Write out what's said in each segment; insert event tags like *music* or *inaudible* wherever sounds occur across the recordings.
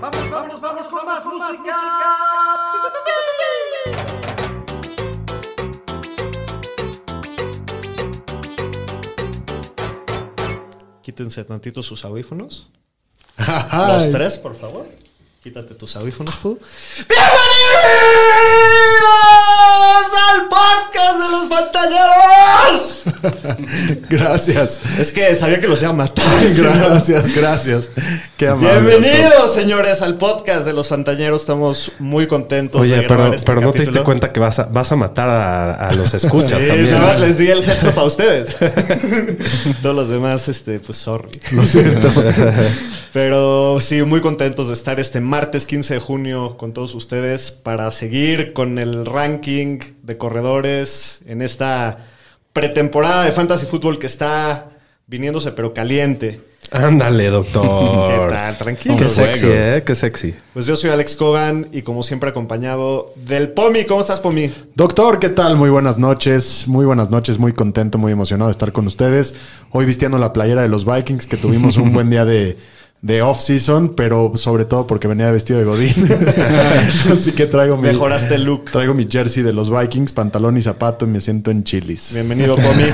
Vamos, vamos, vamos con más música. Quítense tantito sus audífonos. Ay. Los tres, por favor. Quítate tus audífonos, Pudu. ¡Bienvenidos al podcast de los pantalleros! *laughs* Gracias. Es que sabía que los iba a matar. Gracias, gracias. Qué amable. doctor. Bienvenidos, señores, al podcast de los Fantañeros. Estamos muy contentos de Oye, grabar pero, este pero no te capítulo. diste cuenta que vas a, vas a matar a, *laughs* a los escuchas Sí, también. nada más ¿no? les di el heads up a ustedes. Todos los demás, este, pues sorry. Lo siento. Pero sí, muy contentos de estar este martes 15 de junio con todos ustedes para seguir con el ranking de corredores en esta pretemporada de Fantasy Football que está viniéndose pero caliente. *laughs* Ándale, ¿Qué doctor. tal? Tranquilo. Qué Hombre, sexy, juego. eh, qué sexy. Pues yo soy Alex Cogan y como siempre acompañado del Pomi. ¿Cómo estás, Pomi? Doctor, ¿qué tal? Muy buenas noches. Muy buenas noches. Muy contento, muy emocionado de estar con ustedes. Hoy vistiendo la playera de los Vikings, que tuvimos un buen día de, de off-season, pero sobre todo porque venía vestido de Godín. *laughs* Así que traigo mi, Mejoraste el look. traigo mi jersey de los Vikings, pantalón y zapato y me siento en chilis. Bienvenido, *laughs* Pomi.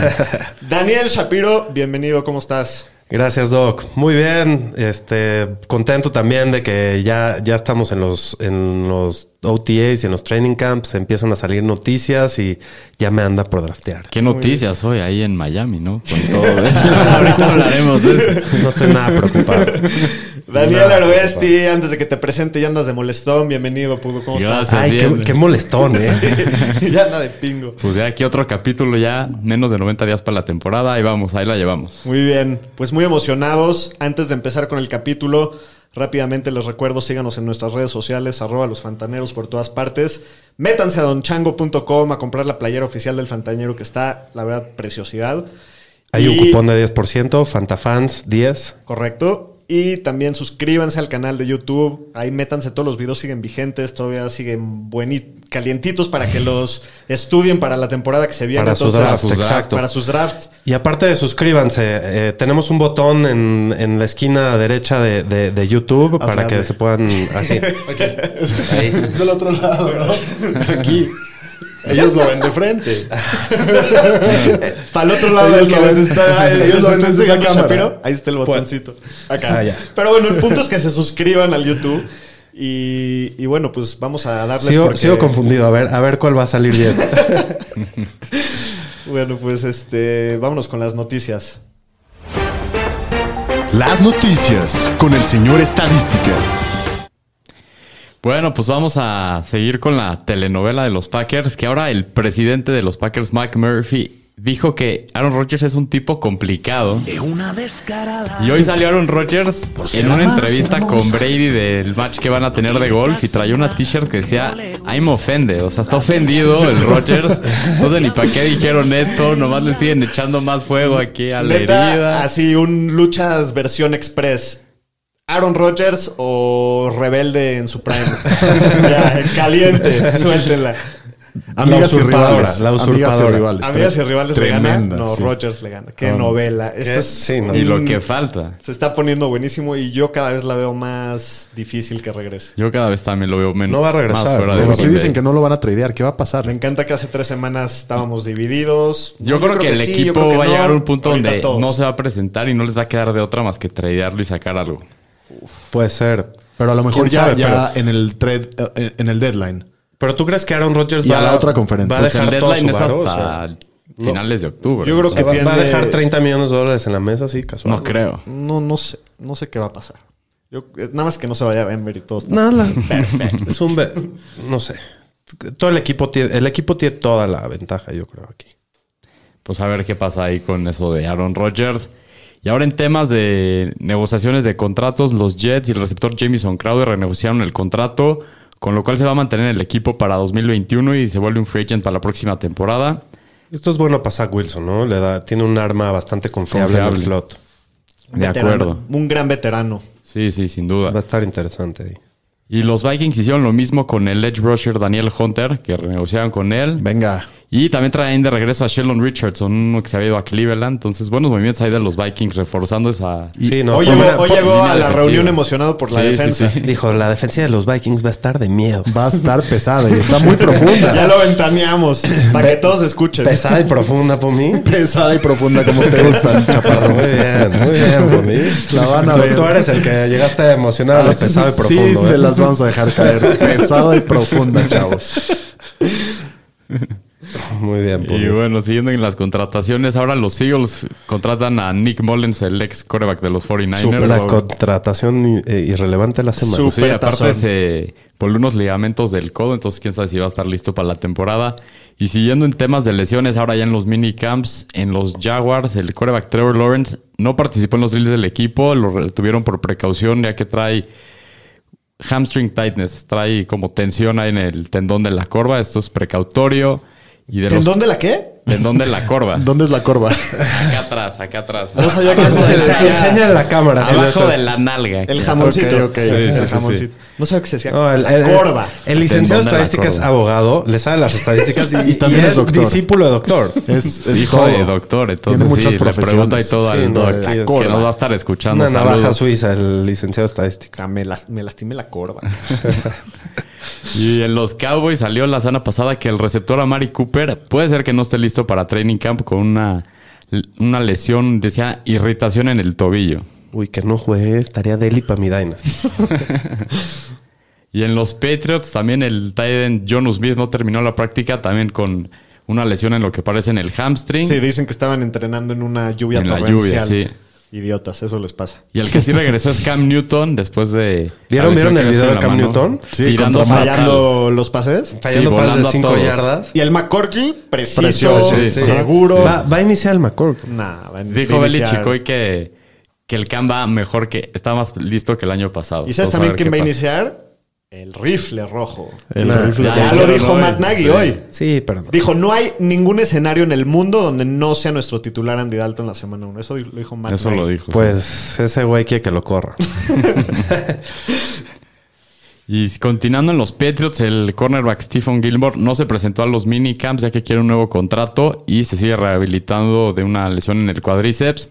Daniel Shapiro, bienvenido. ¿Cómo estás? Gracias, Doc. Muy bien. Este, contento también de que ya, ya estamos en los, en los OTAs y en los training camps. Empiezan a salir noticias y ya me anda por draftear. Qué noticias hoy ahí en Miami, ¿no? *laughs* Con todo eso. Ahorita hablaremos de eso. No estoy nada preocupado. *laughs* Daniel Nada, Aroesti, antes de que te presente, ya andas de molestón. Bienvenido, Pudo. ¿Cómo estás? Gracias. Ay, qué, bien. qué molestón, eh. *laughs* ya anda de pingo. Pues ya aquí otro capítulo ya, menos de 90 días para la temporada. Ahí vamos, ahí la llevamos. Muy bien, pues muy emocionados. Antes de empezar con el capítulo, rápidamente les recuerdo, síganos en nuestras redes sociales, arroba los fantaneros por todas partes. Métanse a donchango.com a comprar la playera oficial del fantañero que está, la verdad, preciosidad. Hay un Y- cupón de 10%, Fantafans 10. Correcto. Y también suscríbanse al canal de YouTube. Ahí métanse todos los videos, siguen vigentes, todavía siguen bueni- calientitos para que los estudien para la temporada que se viene. Para su Entonces, draft, exacto. Para sus drafts. Y aparte de suscríbanse, eh, tenemos un botón en, en la esquina derecha de, de- de YouTube para hazle. que se puedan *laughs* así. Ahí. Es del otro lado, ¿no? Aquí. Ellos lo ven de *laughs* frente. Para el otro lado del Ellos que lo les ven. está, Ellos ellos lo ven están desde sacando la cámara. Pues, Shapiro, ahí está el botoncito. Acá. Ah, ya. Pero bueno, el punto es que se suscriban al YouTube. Y, y bueno, pues vamos a darles Sigo, porque- sigo confundido, a ver, a ver cuál va a salir *laughs* bien. Bueno, pues este, vámonos con las noticias. Las noticias con el señor Estadística. Bueno, pues vamos a seguir con la telenovela de los Packers, que ahora el presidente de los Packers, Mike Murphy, dijo que Aaron Rodgers es un tipo complicado. Es una descarada. Y hoy salió Aaron Rodgers ser en la una más entrevista con hermosa. Brady del match que van a tener de golf y traía una t-shirt que decía I'm offended, o sea, está ofendido el Rodgers. No sé ni para qué dijeron esto, nomás le siguen echando más fuego aquí a la Neta, herida. así un luchas versión express. Aaron Rodgers o Rebelde en su prime. *laughs* ya, caliente, suéltela. Amigas y usurpadora, rivales. la Amigas y usurpadora. rivales. Amigas y rivales le ganan. Tremenda, No, sí. Rodgers le gana. Qué novela. Esta Ah. Qué- es sí, no. Y lo un- que falta. Se está poniendo buenísimo y yo cada vez la veo más difícil que regrese. Yo cada vez también lo veo menos. No va a regresar, más fuera de Pero Pero sí orden. dicen que no lo van a tradear. ¿Qué va a pasar? Me encanta que hace tres semanas estábamos divididos. Yo creo que el sí, yo equipo creo que va a no. llegar a un punto Ahorita donde todos. no se va a presentar y no les va a quedar de otra más que tradearlo y sacar algo. Puede ser. Pero a lo mejor ¿Quién ya, sabe? ya en el trade, eh, en el deadline. Pero tú crees que Aaron Rodgers Y va a la otra conferencia. Va a Pues el dejar todo su deadline es varo, o hasta sea, finales de octubre. Yo creo O que sea, va, va a tiene- dejar 30 millones de dólares en la mesa, sí, casual. No creo. No, no sé. No sé qué va a pasar. Yo, eh, nada más que no se vaya a Denver y todos. No, la- *laughs* Es un be- no sé. Todo el equipo tiene, el equipo tiene toda la ventaja, yo creo, aquí. pues a ver qué pasa ahí con eso de Aaron Rodgers. Y ahora en temas de negociaciones de contratos, los Jets y el receptor Jamison Crowder renegociaron el contrato, con lo cual se va a mantener el equipo para 2021 y se vuelve un free agent para la próxima temporada. Esto es bueno para Zach Wilson, ¿no? Le da, tiene un arma bastante confiable, en Confiable. el slot. Un *laughs* De veterano, acuerdo. Un gran veterano. Sí, sí, sin Va a duda. estar interesante ahí. Y los Vikings hicieron lo mismo con el edge rusher Daniel Hunter, que renegociaron con él. Venga. Y también traen de regreso a Sheldon Richardson, uno que se había ido a Cleveland. Entonces, buenos movimientos ahí de los Vikings, reforzando esa... Sí, no, hoy por llegó, una- hoy por- llegó a línea la defensiva. reunión emocionado por la Sí, sí, defensa. sí. Dijo, la defensa de los Vikings va a estar de miedo. Va a estar pesada y está muy ya profunda. lo ventaneamos para que todos escuchen. Pesada y profunda por mí. pesada y profunda como te gusta, *laughs* Chaparro, eh, chaparro. muy bien, muy bien por mí. La van a Tú- ver. Ah, Tú eres el que llegaste a emocionar lo pesado y profundo. Sí, se ¿eh? las vamos a dejar caer. Pesada *laughs* y profunda, chavos. Muy bien por Y mí. bueno, siguiendo en las contrataciones, ahora los Eagles contratan a Nick Mullens, el ex coreback de los 49ers. Una contratación eh, irrelevante la semana. Pues sí, Súper aparte tazón. se volvió unos ligamentos del codo, entonces quién sabe si va a estar listo para la temporada. Y siguiendo en temas de lesiones, ahora ya en los minicamps, en los Jaguars, el coreback Trevor Lawrence no participó en los drills del equipo, lo retuvieron por precaución ya que trae hamstring tightness, trae como tensión ahí en el tendón de la corva, esto es precautorio. Y de ¿En los, dónde la qué? Tendón de la *laughs* corva. ¿Dónde es *laughs* la corva? Acá atrás, acá atrás. No sabía que Enseña- se le decía- Enseña en la cámara. si no Abajo está- de la nalga. El jamoncito. Ok, ok. El Sí, sí, sí, jamoncito. No sabía que se decía No, el, la el- corva. el licenciado de Tendón de la estadística es corva. abogado, le sabe las estadísticas y, *laughs* Y también y es es, doctor. discípulo de doctor. Es, es Hijo todo. de doctor, entonces Tiene muchas sí, le pregunta y profesiones. todo Sí, al no, doc, aquí que es- nos va a estar escuchando. Una navaja saludos. suiza, el licenciado de estadística. Ah, Me, las- me lastimé la corva. Y en los Cowboys salió la semana pasada que el receptor Amari Cooper puede ser que no esté listo para training camp con una, una lesión, decía, irritación en el tobillo. Uy, que no juegue, estaría deli para mi Dynasty. Y en los Patriots también el tight end John Smith no terminó la práctica también con una lesión en lo que parece en el hamstring. Sí, dicen que estaban entrenando en una lluvia En la lluvia, torrencial. sí. Idiotas, eso les pasa. Y el que sí regresó es Cam Newton después de... ¿Vieron- la lesión vieron que el le hizo video en de la Cam Newton? Sí, tirando contra fatal. Fallando los pases. Fallando Sí, pases volando de a 5 todos. yardas. Y el McCorkle, preciso, Precioso, sí, sí. seguro. Va, va a iniciar el McCork. Nah, va a Dijo iniciar. Belichick hoy que, que el Cam va mejor que... Está más listo que el año pasado. ¿Y sabes Entonces, también ver quién qué va a pasa. iniciar? El rifle rojo. El Nah. rifle. ya rojo. lo dijo Hoy. Matt Nagy Sí. hoy. Sí, pero no. Dijo, no hay ningún escenario en el mundo donde no sea nuestro titular Andy Dalton la semana 1. Eso di- lo dijo Matt Eso Nagy. lo dijo. sí. Pues ese güey quiere que lo corra. Y continuando en los Patriots, el cornerback Stephen Gilmore no se presentó a los minicamps ya que quiere un nuevo contrato y se sigue rehabilitando de una lesión en el cuádriceps.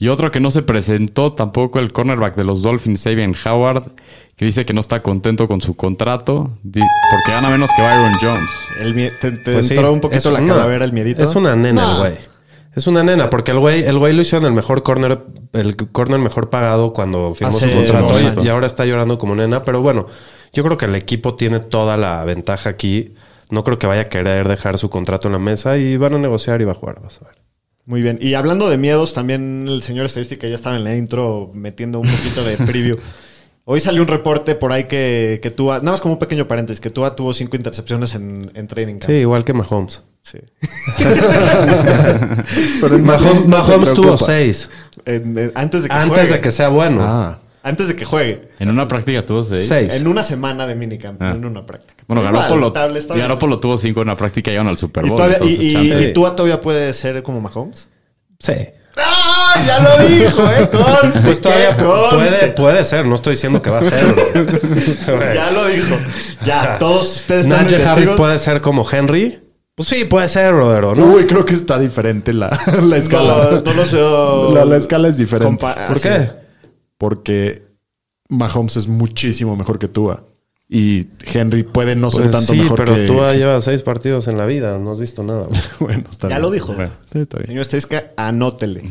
Y otro que no se presentó tampoco, el cornerback de los Dolphins, Sabian Howard, que dice que no está contento con su contrato di- porque gana menos que Byron Jones. El mie- te te Pues sí, entró un es poquito la una- calavera, el miedito. Es una nena Nah. el güey. Es una nena, porque el güey, el güey lo hicieron el mejor corner, el corner mejor pagado cuando firmó Hace su contrato dos y- años. y, ahora está llorando como nena. Pero bueno, yo creo que el equipo tiene toda la ventaja aquí. No creo que vaya a querer dejar su contrato en la mesa y van a negociar y va a jugar, vas a ver. Muy bien. Y hablando de miedos, también el señor estadística ya estaba en la intro metiendo un poquito de preview. Hoy salió un reporte por ahí que, que Tua, nada más como un pequeño paréntesis, que Tua tuvo cinco intercepciones en, en training camp. Sí, igual que Mahomes. Sí. *laughs* Pero en Mahomes, no te Mahomes tuvo preocupa. seis En- en- antes de que antes juegue. de que sea bueno. Ah, Antes de que juegue. En una práctica tuvo seis. Seis. En una semana de minicamp, Ah. no en una práctica. Bueno, Igual, Garoppolo, estable, estable. Garoppolo tuvo cinco en una práctica y llegaron al Super Y, Bowl. todavía, y- entonces, y- chance. y Tua todavía puede ser como Mahomes. Sí. ¡Ah! Ya lo *laughs* dijo, ¿eh? Conste, Pues todavía que puede, conste. puede ser, no estoy diciendo que va a *laughs* ser. güey. Ya lo dijo. Ya, O sea, todos ustedes están Najee Harris testigos. puede ser como Henry. Pues sí, puede ser, brother, ¿o ¿no? uy, creo que está diferente la, *laughs* la escala. No, no los veo. La- la escala es diferente. compa- ah, ¿Por así. qué? Porque Mahomes es muchísimo mejor que Tua. Y Henry puede no ser Pues tanto sí, mejor pero que... tú llevas seis partidos en la vida, no has visto nada. güey. *laughs* Bueno, está Ya bien. lo dijo. Bueno. Sí, está bien. Señor Estesca, *laughs* anótele.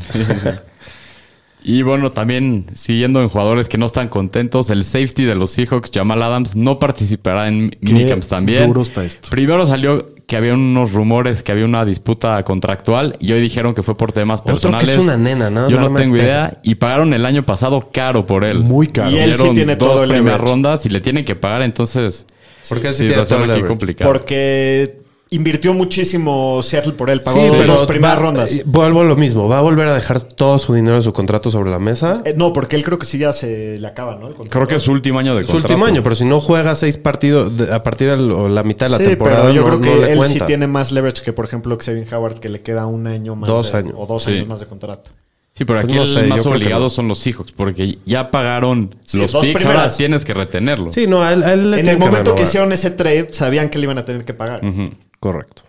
Y bueno, también siguiendo en jugadores que no están contentos, el safety de los Seahawks, Jamal Adams, no participará en minicamps también. duro está esto. Primero salió que había unos rumores que había una disputa contractual y hoy dijeron que fue por temas Otro que personales. es una nena, ¿no? Yo no Darme tengo pena. idea. Y pagaron el año pasado caro por él. Muy caro. Y él sí Dieron tiene dos todo el primeras leverage. rondas y le tienen que pagar, entonces. ¿Por qué sí sí, tiene va a ser todo el aquí leverage? complicado. Porque invirtió muchísimo Seattle por él. Pagó Sí, pero dos primeras va- rondas. eh, Vuelvo a lo mismo. Va a volver a dejar todo su dinero de su contrato sobre la mesa. Eh, no, porque él creo que sí ya se le acaba, ¿no? El contrato. Creo que es su último año de Su contrato. último año, pero si no juega seis partidos de- a partir de lo- la mitad de la sí, temporada, pero yo no- creo que no le él sí cuenta. tiene más leverage que, por ejemplo, Xavier Howard, que le queda un año más. Dos de- años. O dos Sí. años más de contrato. Sí, pero aquí No los sé, yo más creo que obligados no. son los Seahawks, porque ya pagaron Sí, los dos picks, ahora primeras. tienes que retenerlo. Sí, no, a él, a él le En tienen el momento que renovar. hicieron ese trade, sabían que le iban a tener que pagar. Ujú. Correcto.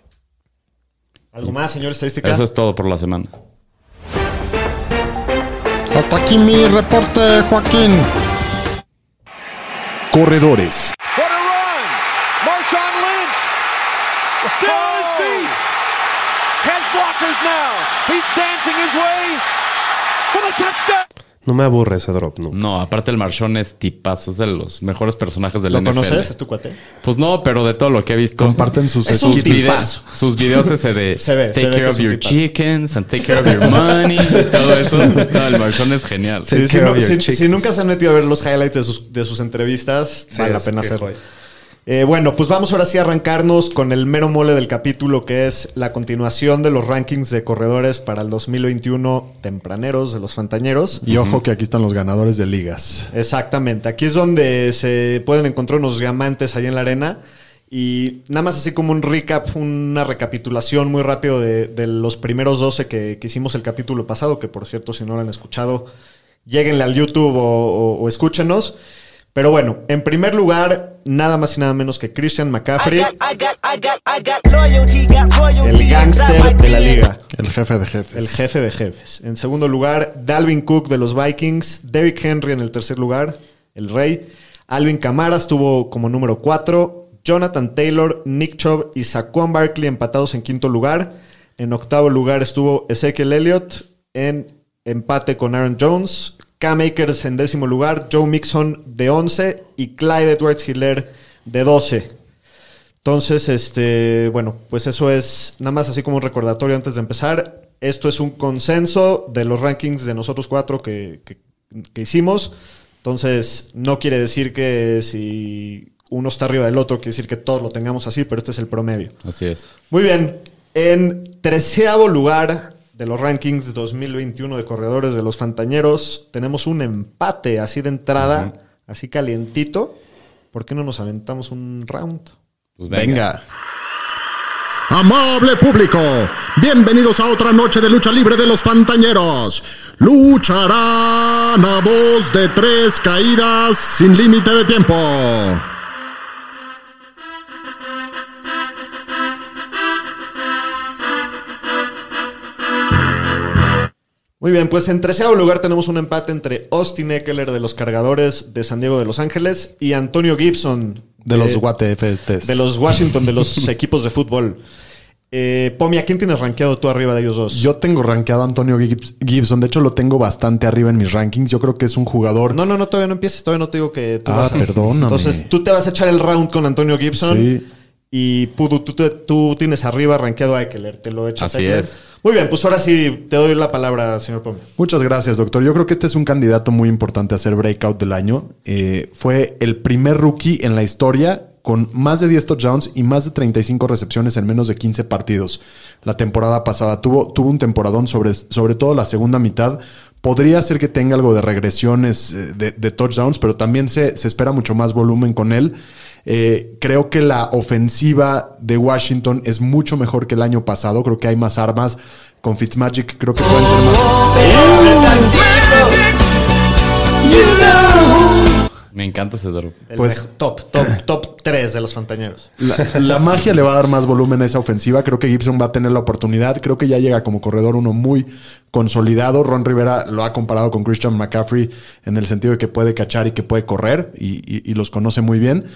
¿Algo más, señor estadística? Eso es todo por la semana. Hasta aquí mi reporte, Joaquín. Corredores. What a run! Marshawn Lynch still on his feet. Has blockers now. He's dancing his way for the touchdown. No me aburre ese drop, no. No, aparte el Marchón es tipazo, es de los mejores personajes del ¿Lo NFL. conoces? ¿Es tu cuate? Pues no, pero de todo lo que he visto. Comparten sus Es un skills. videos, sus videos ese de Se ve, se take ve que care es of un your tipazo. chickens and take care of your money y todo eso. No, el Marchón es genial. Sí, Sí, si, care no- of your si- chickens. si nunca se han metido a ver los highlights de sus, de sus entrevistas, vale la es pena que hacerlo. joya. Eh, bueno, pues vamos ahora sí a arrancarnos con el mero mole del capítulo, que es la continuación de los rankings de corredores para el 2021 tempraneros de los Fantañeros. Y ojo que aquí están los ganadores de ligas. Exactamente. Aquí es donde se pueden encontrar unos diamantes ahí en la arena. Y nada más así como un recap, una recapitulación muy rápido de, de los primeros 12 que, que hicimos el capítulo pasado, que por cierto, si no lo han escuchado, lléguenle al YouTube o, o- o escúchenos. Pero bueno, en primer lugar, nada más y nada menos que Christian McCaffrey, el El gángster de la liga. El jefe de jefes. El jefe de jefes. En segundo lugar, Dalvin Cook de los Vikings. Derrick Henry en el tercer lugar, el rey. Alvin Camara estuvo como número cuatro. Jonathan Taylor, Nick Chubb y Saquon Barkley empatados en quinto lugar. En octavo lugar estuvo Ezekiel Elliott en empate con Aaron Jones. Cam Akers en décimo lugar. Joe Mixon de 11 y Clyde Edwards Hiller de 12. Entonces, este, bueno, pues eso es nada más así como un recordatorio antes de empezar. Esto es un consenso de los rankings de nosotros cuatro que, que- que hicimos. Entonces, no quiere decir que si uno está arriba del otro, quiere decir que todos lo tengamos así, pero este es el promedio. Así es. Muy bien. En treceavo lugar de los rankings 2021 de corredores de los Fantañeros, tenemos un empate así de entrada, así calientito. ¿Por qué no nos aventamos un round? Pues Venga. Amable público, bienvenidos a otra noche de lucha libre de los Fantañeros. Lucharán a dos de tres caídas sin límite de tiempo. Muy bien, pues en treceavo lugar tenemos un empate entre Austin Eckler de los Cargadores de San Diego de Los Ángeles y Antonio Gibson De los eh, guatefetes. de los Washington, de *laughs* los equipos de fútbol. Eh, Pomi, ¿a quién tienes rankeado tú arriba de ellos dos? Yo tengo rankeado a Antonio Gibbs- Gibson. De hecho, lo tengo bastante arriba en mis rankings. Yo creo que es un jugador. No, no, no, todavía no empieces, todavía no te digo que tú Ah, vas a... perdóname. Entonces, tú te vas a echar el round con Antonio Gibson Sí. y Pudu, tú, te- tú tienes arriba rankeado a Eckler, te lo echas a Así Eckler. es. Muy bien, pues ahora sí te doy la palabra, señor Pomi. Muchas gracias, doctor. Yo creo que este es un candidato muy importante a ser breakout del año. Eh, fue el primer rookie en la historia con más de 10 touchdowns y más de 35 recepciones en menos de 15 partidos. La temporada pasada tuvo, tuvo un temporadón, sobre, sobre todo la segunda mitad. Podría ser que tenga algo de regresiones eh, de, de touchdowns, pero también se, se espera mucho más volumen con él. Eh, creo que la ofensiva de Washington es mucho mejor que el año pasado. Creo que hay más armas. Con Fitzmagic creo que pueden ser más... Me encanta ese drop. El Pues- mej- top, top, top 3 de los Fantañeros. La, la magia le va a dar más volumen a esa ofensiva. Creo que Gibson va a tener la oportunidad. Creo que ya llega como corredor uno muy consolidado. Ron Rivera lo ha comparado con Christian McCaffrey en el sentido de que puede cachar y que puede correr y, y- y los conoce muy bien.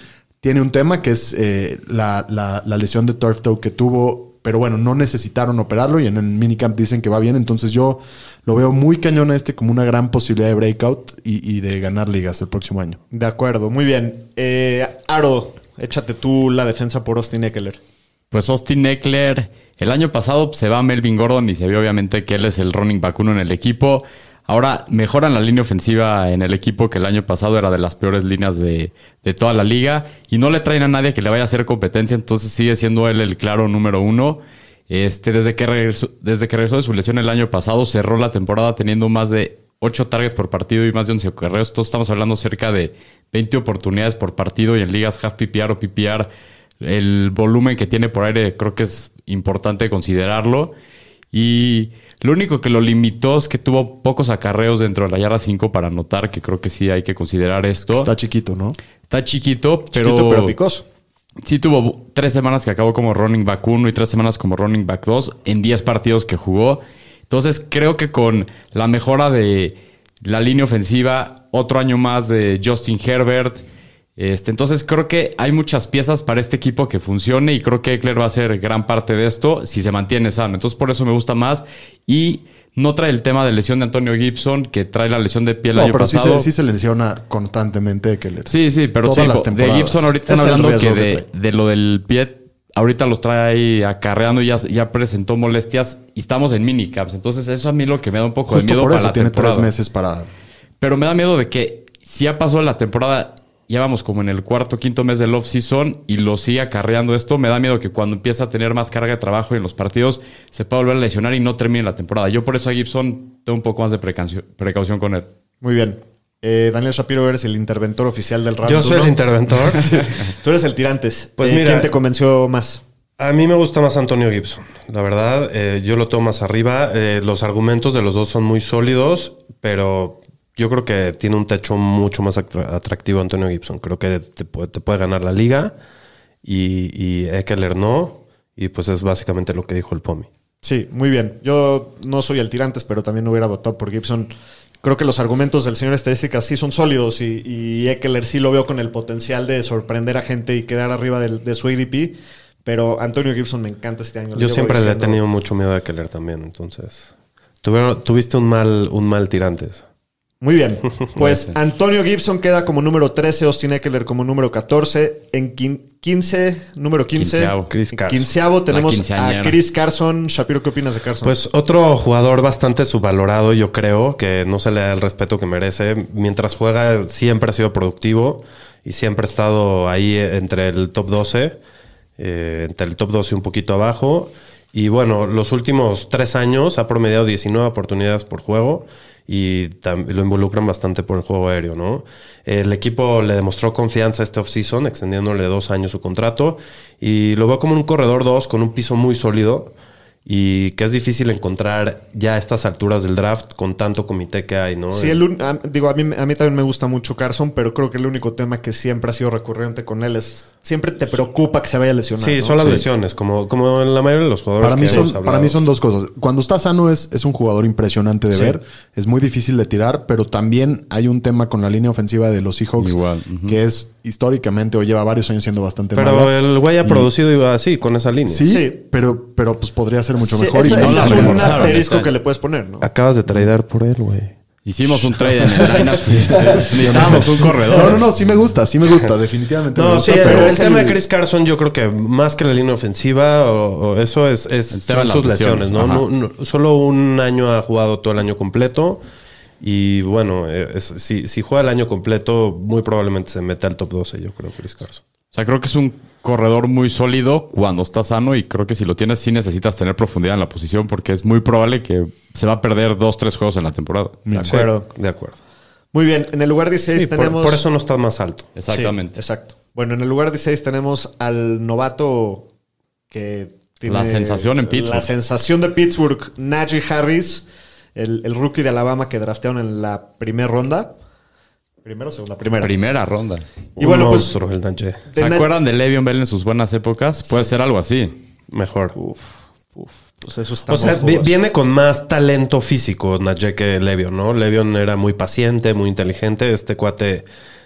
Tiene un tema que es eh, la, la- la lesión de turf toe que tuvo, pero bueno, no necesitaron operarlo y en el minicamp dicen que va bien. Entonces yo lo veo muy cañón a este como una gran posibilidad de breakout y, y de ganar ligas el próximo año. De acuerdo, muy bien. Eh, Aro, échate tú la defensa por Austin Eckler. Pues Austin pues, Eckler, el año pasado se va Melvin Gordon y se vio obviamente que él es el running back uno en el equipo. Ahora mejoran la línea ofensiva en el equipo que el año pasado era de las peores líneas de, de toda la liga y no le traen a nadie que le vaya a hacer competencia, entonces sigue siendo él el claro número uno. Este, desde, que regresó, desde que regresó de su lesión el año pasado, cerró la temporada teniendo más de 8 targets por partido y más de 11 carreos. Entonces estamos hablando cerca de 20 oportunidades por partido y en ligas half PPR o PPR el volumen que tiene por aire creo que es importante considerarlo. Y lo único que lo limitó es que tuvo pocos acarreos dentro de la yarda 5 para anotar, que creo que sí hay que considerar esto. Está chiquito, ¿no? Está chiquito, pero... Chiquito, pero picoso. Sí tuvo tres semanas que acabó como running back 1 y tres semanas como running back 2 en 10 partidos que jugó. Entonces creo que con la mejora de la línea ofensiva, otro año más de Justin Herbert. Este, entonces creo que hay muchas piezas para este equipo que funcione y creo que Eckler va a ser gran parte de esto si se mantiene sano. Entonces por eso me gusta más y no trae el tema de lesión de Antonio Gibson que trae la lesión de piel el No, año pero sí pasado. se, sí se lesiona constantemente que le- Sí, sí, pero Todas chico, las de temporadas. Gibson ahorita Es están el hablando que riesgo de, trae. de lo del pie, ahorita los trae acarreando y ya, ya presentó molestias y estamos en minicaps. Entonces, eso a mí lo que me da un poco Justo de miedo por para eso la tiene temporada. tres meses para. Pero me da miedo de que si ya pasó la temporada, ya vamos como en el cuarto, quinto mes del off-season y lo sigue acarreando esto, me da miedo que cuando empieza a tener más carga de trabajo en los partidos se pueda volver a lesionar y no termine la temporada. Yo por eso a Gibson tengo un poco más de precancio- precaución con él. Muy bien. Eh, Daniel Shapiro, eres el interventor oficial del round. Yo soy el interventor. *laughs* Tú eres el tirantes. Pues Eh, mira- ¿Quién te convenció más? A mí me gusta más Antonio Gibson, la verdad. eh, yo lo tomo más arriba. eh, los argumentos de los dos son muy sólidos, pero yo creo que tiene un techo mucho más atra- atractivo Antonio Gibson. Creo que te puede, te puede ganar la liga y, y Eckler no. Y pues es básicamente lo que dijo el Pomi. Sí, muy bien. Yo no soy el tirantes, pero también hubiera votado por Gibson. Creo que los argumentos del señor estadística sí son sólidos y, y Eckler sí lo veo con el potencial de sorprender a gente y quedar arriba del- de su ADP. Pero Antonio Gibson me encanta este año. Lo Yo llevo siempre le he diciendo. tenido mucho miedo a Eckler también, entonces. Tuvieron- tuviste un mal, un mal tirantes. Muy bien. Pues Antonio Gibson queda como número 13, Austin Eckler como número 14. En quin- 15, número 15. Quinceavo. Chris Carson. Quinceavo La tenemos a quinceañera. Chris Carson. Shapiro, ¿qué opinas de Carson? Pues otro jugador bastante subvalorado, yo creo, que no se le da el respeto que merece. Mientras juega, siempre ha sido productivo y siempre ha estado ahí entre el top 12, eh, entre el top 12 y un poquito abajo. Y bueno, los últimos tres años ha promediado 19 oportunidades por juego y tam- lo involucran bastante por el juego aéreo, ¿no? El equipo le demostró confianza este offseason, extendiéndole dos años su contrato y lo veo como un corredor 2 con un piso muy sólido y que es difícil encontrar ya a estas alturas del draft con tanto comité que hay, ¿no? Sí, el un- a- digo, a mí, a mí también me gusta mucho Carson, pero creo que el único tema que siempre ha sido recurrente con él es siempre te preocupa que se vaya a lesionar. Sí, ¿no? son las lesiones, como, como en la mayoría de los jugadores Para que mí, hemos son, para hablado. mí son dos cosas. Cuando está sano es, es un jugador impresionante de Sí. ver. Es muy difícil de tirar, pero también hay un tema con la línea ofensiva de los Seahawks Igual, ujú. que es históricamente o lleva varios años siendo bastante Pero mala. el güey ha Y- producido y va así, con esa línea. Sí, Sí. pero, pero pues podría ser mucho Sí, mejor. ese- y no ese la es un reforzaron. asterisco Claro. que le puedes poner, ¿no? Acabas de tradear por él, güey. Hicimos un trade en *laughs* el Dynasty. Necesitábamos un corredor. No, no, no, sí me gusta, sí me gusta, definitivamente. me No, sí, gusta, el, pero el es tema el- de Chris Carson, yo creo que más que la línea ofensiva, o, o eso es, es El tema son de sus las lesiones, lesiones, ¿no? No- ajá. no- Solo un año ha jugado todo el año completo. Y bueno, eh, es- si, si juega el año completo, muy probablemente se mete al top 12, yo creo, Chris Carson. O sea, creo que es un corredor muy sólido cuando está sano y creo que si lo tienes sí necesitas tener profundidad en la posición porque es muy probable que se va a perder dos, tres juegos en la temporada. De acuerdo. De acuerdo. Muy bien, en el lugar 16 Sí, por- tenemos... por, eso no está más alto. Sí, Exactamente. exacto. Bueno, en el lugar 16 tenemos al novato que tiene... La sensación en Pittsburgh. La sensación de Pittsburgh, Najee Harris, el, el rookie de Alabama que draftearon en la primera ronda. ¿Primera o segunda? Primera. Primera ronda. Y bueno, pues- monstruo, el Najee. De ¿Se Na- acuerdan de Le'Veon Bell en sus buenas épocas? Puede ser algo así. Mejor. Pues eso está O sea, muy vi- jugoso. viene con más talento físico Najee que Levion, ¿no? Levion era muy paciente, muy inteligente. Este cuate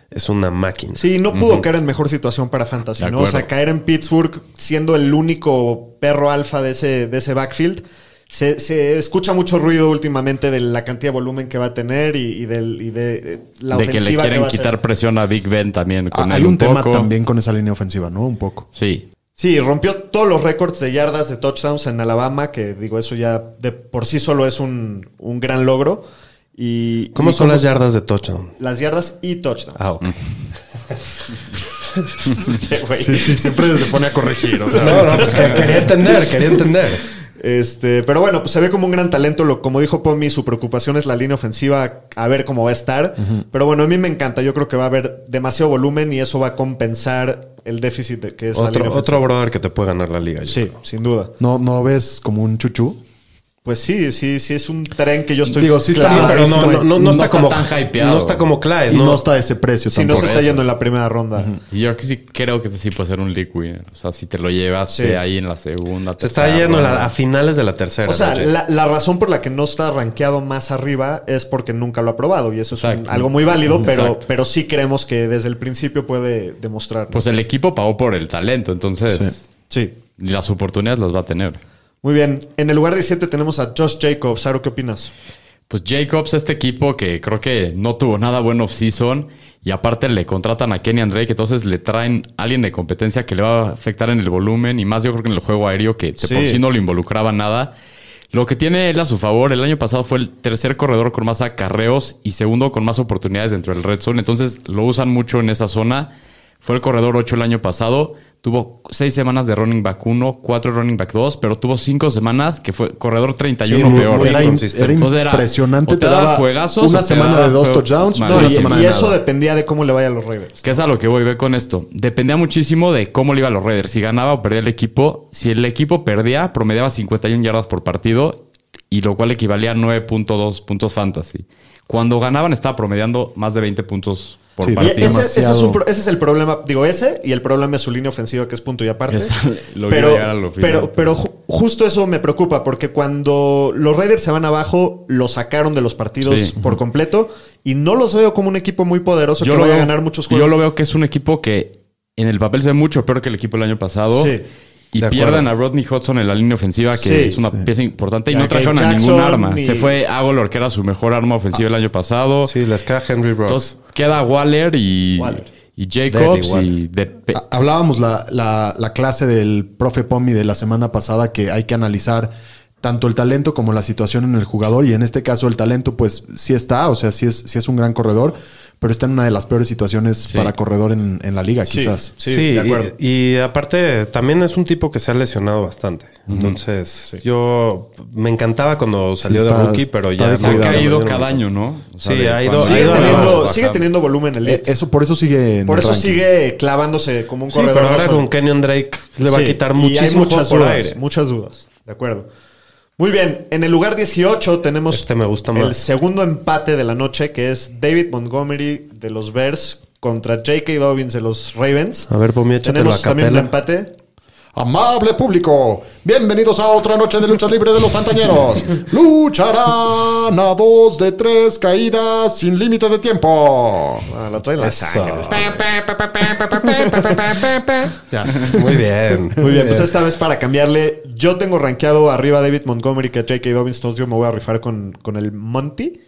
es una máquina. Sí, no pudo caer en mejor situación para Fantasy, De ¿no? O acuerdo. sea, caer en Pittsburgh siendo el único perro alfa de ese, de ese backfield. Se, se escucha mucho ruido últimamente de la cantidad de volumen que va a tener y, y del, y de eh, la de que ofensiva le quieren va a hacer. quitar presión a Big Ben también. Con Ah, él Hay un, tema poco. también con esa línea ofensiva, ¿no? Un poco. Sí. Sí, rompió todos los récords de yardas de touchdowns en Alabama, que digo, eso ya de por sí solo es un, un gran logro. Y, ¿Cómo y son las yardas de touchdown? Las yardas y touchdowns. *laughs* Ah, ok. Este güey. Sí, sí, siempre se pone a corregir. *laughs* O sea, No, no, pues que- quería entender, quería entender. Este, pero bueno, pues se ve como un gran talento. Lo, como dijo Pomi, su preocupación es la línea ofensiva, a ver cómo va a estar. Pero bueno, a mí me encanta. Yo creo que va a haber demasiado volumen y eso va a compensar el déficit de- que es la línea Otro, ofensiva. otro brother que te puede ganar la liga. yo Sí, sin duda. no, no ves como un chuchú. Pues sí, sí, sí es un tren que yo estoy. Digo, sí está Sí, claro, más- pero sí no, está- no, no, no no está, está como tan hypeado. No está como Clyde, Y Ah, ¿no? no, está a ese precio sí, no tampoco. se está yendo en la primera ronda. Y yo que sí creo que este sí puede ser un league winner. O sea, si te lo llevas Sí. eh, ahí en la segunda. Se está tercera yendo a la- ronda. a finales de la tercera. O sea, ¿no, Jay? la, la razón por la que no está rankeado más arriba es porque nunca lo ha probado y eso es un- Exacto. algo muy válido, pero, Exacto. pero sí creemos que desde el principio puede demostrar. Pues el equipo pagó por el talento, entonces sí. las oportunidades las va a tener. Muy bien. En el lugar 17 tenemos a Josh Jacobs. Saro, ¿qué opinas? Pues Jacobs, este equipo que creo que no tuvo nada bueno off-season y aparte le contratan a Kenny Drake, entonces le traen a alguien de competencia que le va a afectar en el volumen y más yo creo que en el juego aéreo que de Sí. por sí no lo involucraba nada. Lo que tiene él a su favor, el año pasado fue el tercer corredor con más acarreos y segundo con más oportunidades dentro del red zone, entonces lo usan mucho en esa zona. Fue el corredor 8 el año pasado, tuvo 6 semanas de running back 1, 4 running back 2, pero tuvo 5 semanas que fue corredor 31 Sí, muy- peor. muy era in- inconsistente. era Entonces era, impresionante. o te te, daba daba juegazos, o una te semana daba de dos juego- touchdowns. No, y No, una y, semana y de eso nada. dependía de cómo le vaya a los Raiders. Que es a lo que voy, ve con esto. Dependía muchísimo de cómo le iba a los Raiders, si ganaba o perdía el equipo. Si el equipo perdía, promediaba 51 yardas por partido, y lo cual equivalía a 9.2 puntos fantasy. Cuando ganaban, estaba promediando más de 20 puntos por Sí, Y partido. ese, ese es un Demasiado. pro- ese es el problema, digo, ese y el problema es su línea ofensiva, que es punto y aparte. Es- lo iba a pero, llegar a lo final, pero, pero ju- justo eso me preocupa, porque cuando los Raiders se van abajo, los sacaron de los partidos Sí. por completo y no los veo como un equipo muy poderoso que vaya a ganar muchos juegos. Yo lo veo que es un equipo que en el papel se ve mucho peor que el equipo del año pasado. Sí. Y De pierden acuerdo. a Rodney Hudson en la línea ofensiva, que Sí, es una sí. pieza importante. Y Ya no que trajeron a Jackson Ah, ningún arma. ni- Se fue Agolor, que era su mejor arma ofensiva el año pasado. Sí, les cae Henry Brooks. Entonces queda Waller y, Waller. y Jacobs. Deadly Waller. Y de pe- Ha- Hablábamos la, la- la clase del profe Pomi de la semana pasada que hay que analizar tanto el talento como la situación en el jugador y en este caso el talento pues sí está, o sea, sí es, sí es un gran corredor, pero está en una de las peores situaciones para corredor en, en la liga quizás. Sí, y- Y, aparte, también es un tipo que se ha lesionado bastante. Entonces, yo me encantaba cuando salió está- de rookie, pero está ya ha descuidado. caído Ya no- cada año, ¿no? O Sí, de ha ido- cuando- ha sigue, ido teniendo, bajando, sigue bajando. teniendo volumen el Eh, eso por eso sigue en Por el eso ranking. sigue clavándose como un Sí, corredor. pero ahora solo. con Kenyon Drake le va a Sí, quitar y hay muchísimo juego muchas por dudas, aire. Muchas dudas, de acuerdo. Muy bien, en el lugar 18 tenemos Este me gusta el más. segundo empate de la noche, que es David Montgomery de los Bears contra J.K. Dobbins de los Ravens. A ver, Pomi, échatelo Tenemos a también un capela. empate. Amable público, bienvenidos a otra noche de lucha libre de los pantañeros. Lucharán a dos de tres caídas sin límite de tiempo. Ah, la trae la Eso. sangre. Muy bien. *laughs* Muy bien, pues esta vez para cambiarle, yo tengo rankeado arriba a David Montgomery que a J.K. Dobbins, entonces yo me voy a rifar con, con el Monty.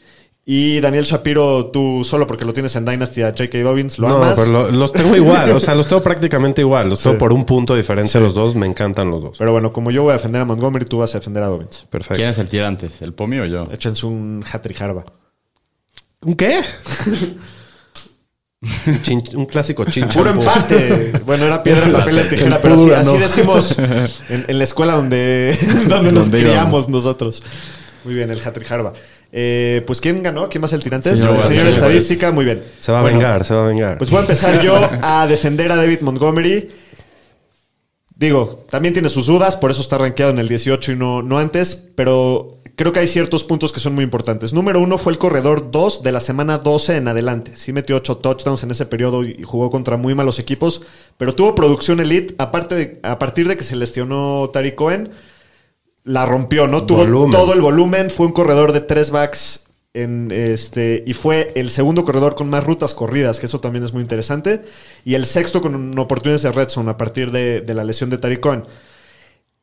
Y Daniel Shapiro, tú solo porque lo tienes en Dynasty a J.K. Dobbins, lo No, amas. pero lo- los *laughs* tengo igual. O sea, los tengo prácticamente igual. Los tengo por un punto de diferencia los dos. Me encantan los dos. Pero bueno, como yo voy a defender a Montgomery, tú vas a defender a Dobbins. Perfecto. ¿Quién es el tirante? ¿El Pomi o yo? Échense un Hatri Harba. ¿Un qué? *laughs* Un chin- un clásico chincho. *laughs* ¡Puro empate! *laughs* bueno, era piedra, papel, o tijera, pero así, así decimos en, en la escuela donde, *laughs* donde nos Donde criamos íbamos. nosotros. Muy bien, el Hatri Harba. Eh, pues ¿quién ganó? ¿Quién más el tirante? Señor el señor García. Estadística, muy bien. Se va a Bueno, vengar, se va a vengar. Pues voy a empezar yo a defender a David Montgomery. Digo, también tiene sus dudas, por eso está rankeado en el 18 y no, no antes, pero creo que hay ciertos puntos que son muy importantes. Número uno fue el corredor 2 de la semana 12 en adelante. Sí metió 8 touchdowns en ese periodo y jugó contra muy malos equipos, pero tuvo producción elite, aparte de- a partir de que se lesionó Tari Cohen, la rompió, ¿no? Tuvo Volumen. todo el volumen, fue un corredor de tres backs en este y fue el segundo corredor con más rutas corridas, que eso también es muy interesante, y el sexto con oportunidades de red zone a partir de, de la lesión de Tariq Cohen.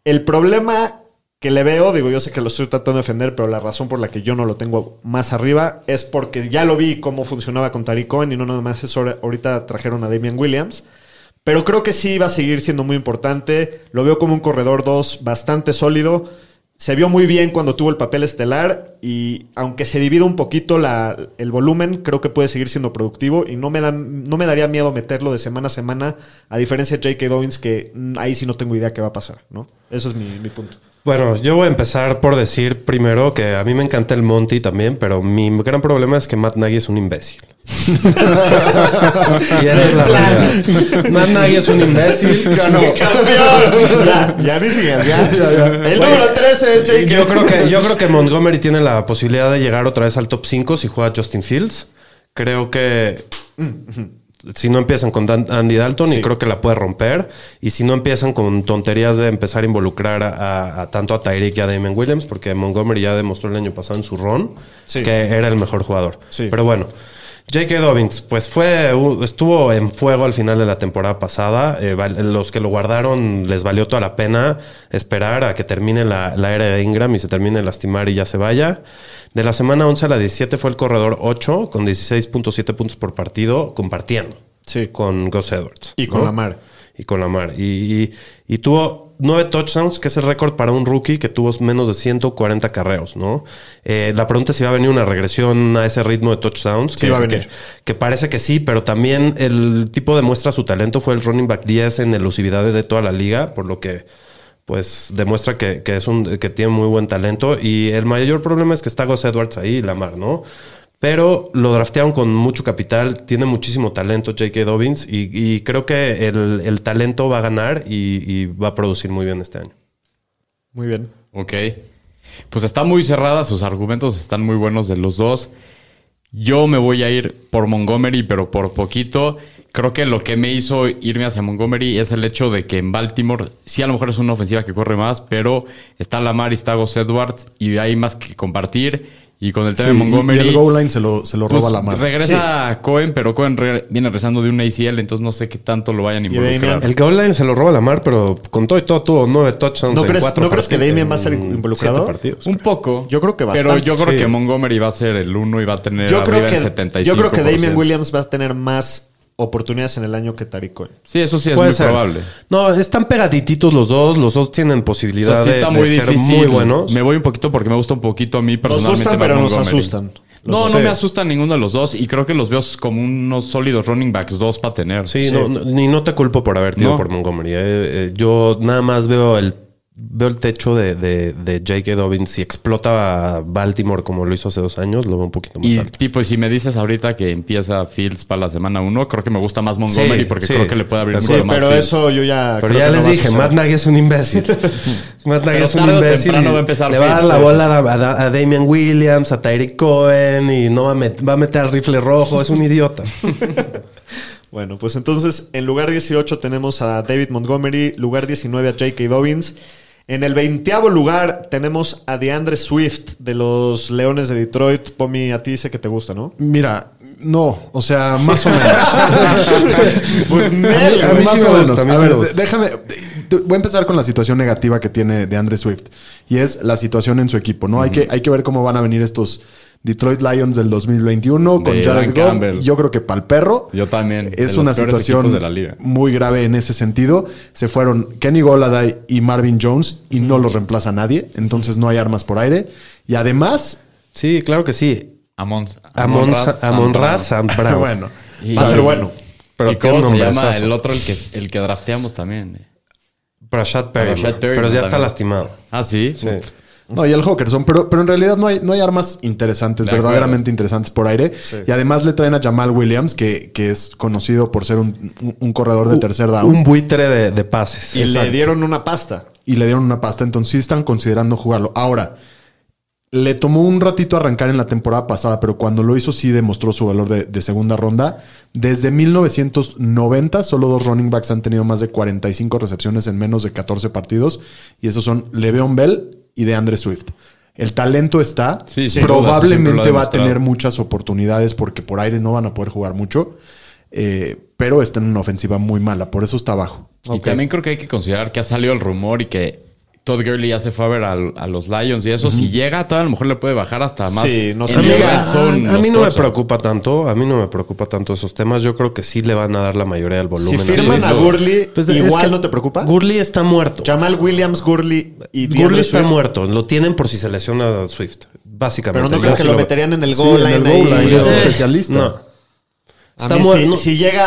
El problema que le veo, digo, yo sé que lo estoy tratando de defender, pero la razón por la que yo no lo tengo más arriba es porque ya lo vi cómo funcionaba con Tariq Cohen y no nada más eso, ahorita trajeron a Damian Williams. Pero creo que sí va a seguir siendo muy importante. Lo veo como un corredor 2 bastante sólido. se vio muy bien cuando tuvo el papel estelar y aunque se divida un poquito la- el volumen, creo que puede seguir siendo productivo y no me, da, no me daría miedo meterlo de semana a semana, a diferencia de J.K. Dobbins, que mm, ahí sí no tengo idea qué va a pasar, ¿no? Eso es mi, mi *laughs* punto. Bueno, yo voy a empezar por decir primero que a mí me encanta el Monty también, pero mi gran problema es que Matt Nagy es un imbécil. y esa es la realidad. Matt Nagy es un *laughs* imbécil. ya, ya ni sigas, *laughs* ya. El número 13 es J.K. Yo creo, que, yo creo que Montgomery tiene la posibilidad de llegar otra vez al top 5 si juega Justin Fields. Creo que si no empiezan con Dan- Andy Dalton, y creo que la puede romper. Y si no empiezan con tonterías de empezar a involucrar a, a- a tanto a Tyreek y a Damon Williams, porque Montgomery ya demostró el año pasado en su run Sí. que era el mejor jugador. Sí. Pero bueno. J.K. Dobbins, pues fue, u- estuvo en fuego al final de la temporada pasada. Eh, val- los que lo guardaron les valió toda la pena esperar a que termine la, la era de Ingram y se termine de lastimar y ya se vaya. De la semana 11 a la 17 fue el corredor 8 con 16.7 puntos por partido compartiendo Sí. con Gus Edwards. Y con ¿no? Lamar. Y con Lamar. Y, y, y tuvo nueve touchdowns, que es el récord para un rookie que tuvo menos de 140 carreos, ¿no? Eh, la pregunta es si va a venir una regresión a ese ritmo de touchdowns. Sí que, va a venir. Que, que parece que sí, pero también el tipo demuestra su talento. Fue el running back 10 en elusividad de toda la liga, por lo que pues demuestra que, que es un que tiene muy buen talento y el mayor problema es que está Gus Edwards ahí y Lamar, ¿no? Pero lo draftearon con mucho capital, tiene muchísimo talento J.K. Dobbins y, y creo que el, el talento va a ganar y, y va a producir muy bien este año. Muy bien. Ok. Pues está muy cerrada, sus argumentos están muy buenos de los dos. Yo me voy a ir por Montgomery, pero por poquito. Creo que lo que me hizo irme hacia Montgomery es el hecho de que en Baltimore, sí, a lo mejor es una ofensiva que corre más, pero está Lamar y está Gus Edwards y hay más que compartir. Y con el tema de Sí, y- Montgomery. Y el goal line se lo, se lo pues, roba la mano. Regresa Cohen, pero Cohen re- viene regresando de un ACL, entonces no sé qué tanto lo vayan a Damien, involucrar. El goal line se lo roba Lamar, pero con todo y todo tuvo nueve touchdowns ¿No en crees- cuatro no crees que partidos- Damien va a estar en involucrado? siete partidos. Un poco. Yo creo que Pero bastante, yo creo sí. que Montgomery va a ser el uno y va a tener Yo arriba creo, que, el 75%. yo creo que Damian Williams va a tener más oportunidades en el año que Tariq Cohen. Sí, eso sí es Puede muy ser. probable. No, están pegadititos los dos, los dos tienen O posibilidad sea, sí de, está de muy ser difícil. muy buenos. Me voy un poquito porque me gusta un poquito a mí Nos personalmente. gustan, más pero nos Montgomery. asustan. No, dos. no Sí. me asustan ninguno de los dos y creo que los veo como unos sólidos running backs dos para tener. Sí, no- no- ni no te culpo por haber ido No. por Montgomery. eh, eh, yo nada más veo el veo el techo de, de, de J.K. Dobbins. Si explota a Baltimore como lo hizo hace dos años, lo veo un poquito más Y alto. tipo, si me dices ahorita que empieza Fields para la semana 1, creo que me gusta más Montgomery Sí, porque sí. creo que le puede abrir Sí, mucho más. Pero Fields. eso yo ya. Pero creo ya que no les va a dije, suceder. Matt Nagy es un *laughs* imbécil. Matt Nagy Pero es un tarde o imbécil. temprano y va a empezar le va a dar Fields, la sí, bola a, a- a Damian Williams, a Tyreek Cohen y no va a, met- va a meter al rifle rojo. Es un *laughs* idiota. Bueno, pues entonces en lugar 18 tenemos a David Montgomery, lugar 19 a J.K. Dobbins. En el 20 lugar tenemos a DeAndre Swift de los Leones de Detroit. Pomi, a ti dice que te gusta, ¿no? Mira, no, o sea, más o menos. *laughs* Pues A mí- a mí Más sí me o menos, gusta, a mí a sí ver, me gusta. de- déjame. de- Voy a empezar con la situación negativa que tiene de Andre Swift. Y es la situación en su equipo, ¿no? hay, que, hay que ver cómo van a venir estos Detroit Lions del 2021 con De Jared Dan Goff. Campbell. Y Yo creo que para el perro. Yo también. de Es los una peores situación equipos de la liga. muy grave en ese sentido. Se fueron Kenny Goladay y Marvin Jones y no los reemplaza nadie. Entonces no hay armas por aire. Y *laughs* además, Sí, claro que sí. Amon, Amon, Ra- Amon Ra Santana. San *laughs* Brown. bueno, Y- va a ser bueno. Pero ¿Y tiene cómo se un llama nombrazazo. el otro, el que, el que drafteamos también? eh. Rashad Perryman. Rashad Perryman Pero ya está también. lastimado. Ah, sí. Sí. No, y el Hawkerson, pero, pero en realidad no hay, no hay armas interesantes, De verdaderamente acuerdo. interesantes por aire. Y además le traen a Jamal Williams, que, que es conocido por ser un, un- un corredor de tercer down, Un buitre de, de pases. Y Exacto. le dieron una pasta. y le dieron una pasta, entonces sí están considerando jugarlo. Ahora, le tomó un ratito arrancar en la temporada pasada, pero cuando lo hizo sí demostró su valor de, de segunda ronda. Desde 1990, solo dos running backs han tenido más de 45 recepciones en menos de 14 partidos, y esos son Le'Veon Bell y DeAndre Swift. El talento está, Sí, sin duda, siempre lo probablemente ha va a tener demostrado. muchas oportunidades porque por aire no van a poder jugar mucho, eh, pero está en una ofensiva muy mala, por eso está abajo. Y también creo que hay que considerar que ha salido el rumor y que Todd Gurley ya se fue a ver al- a, los Lions y eso. Si llega, tal, a lo mejor le puede bajar hasta más. Sí, no en sé. el Amiga, red zone, a los mí no me touchdowns. preocupa tanto, a mí no me preocupa tanto esos temas. Yo creo que sí le van a dar la mayoría del Si volumen. firman Luis a Lo- Gurley, Pues, es igual que no te preocupa. Gurley está muerto. Jamal Williams, Gurley y Gurley DeAndre está Swift. muerto. Lo tienen por si se lesiona a Swift, básicamente. Pero no Yo crees sí que lo veo. meterían en el Sí, goal en el line. goal ahí? line, es Eh, especialista. No. a Está mí muerto. si, no. si llega.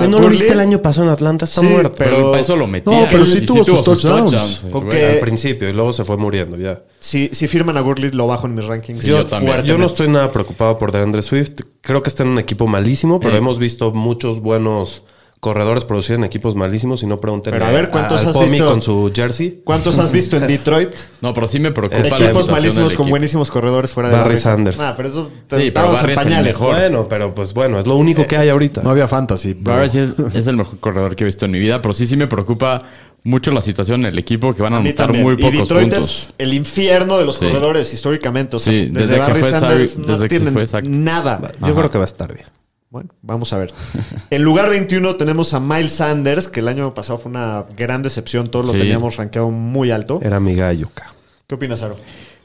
Pero Ah, no lo Gurley, viste el año pasado en Atlanta, está Sí, muerto. Pero, Pero- para eso lo metía. No, pero sí Y tuvo sus touchdowns. sí, Con güey. que- al principio y luego se fue muriendo ya. Si, si firman a Gurley, lo bajo en mis rankings. Sí, yo también. fuertemente. Yo no estoy nada preocupado por DeAndre Swift. Creo que está en un equipo malísimo, pero Mm. Eh. hemos visto muchos buenos corredores producir en equipos malísimos y no pregunten Pero a ver, ¿cuántos has visto? con su jersey. ¿Cuántos has visto en *laughs* Detroit? No, pero sí me preocupa. la Equipos situación malísimos del con equipo. buenísimos corredores fuera de Barry la mesa. Sanders. Nah, pero eso te Sí, pero estabas en Barry es el pañales. mejor. Bueno, pero pues bueno, es lo único que hay ahorita. No había fantasy. pero- Barrett *laughs* sí es, es el mejor corredor que he visto en mi vida, pero sí, sí me preocupa mucho la situación en el equipo, que van a A mí anotar también. muy y pocos Detroit puntos. es el infierno de los Sí. corredores históricamente. O sea, Sí, desde, desde que Barry fue Sanders Sarri- no desde que se tienen fue, exacto. nada. Yo creo que va a estar bien. Bueno, vamos a ver. *laughs* En lugar 21 tenemos a Miles Sanders, que el año pasado fue una gran decepción. Todos Sí. Eh. lo teníamos rankeado muy alto. Era mi galluca. ¿Qué opinas, Aro?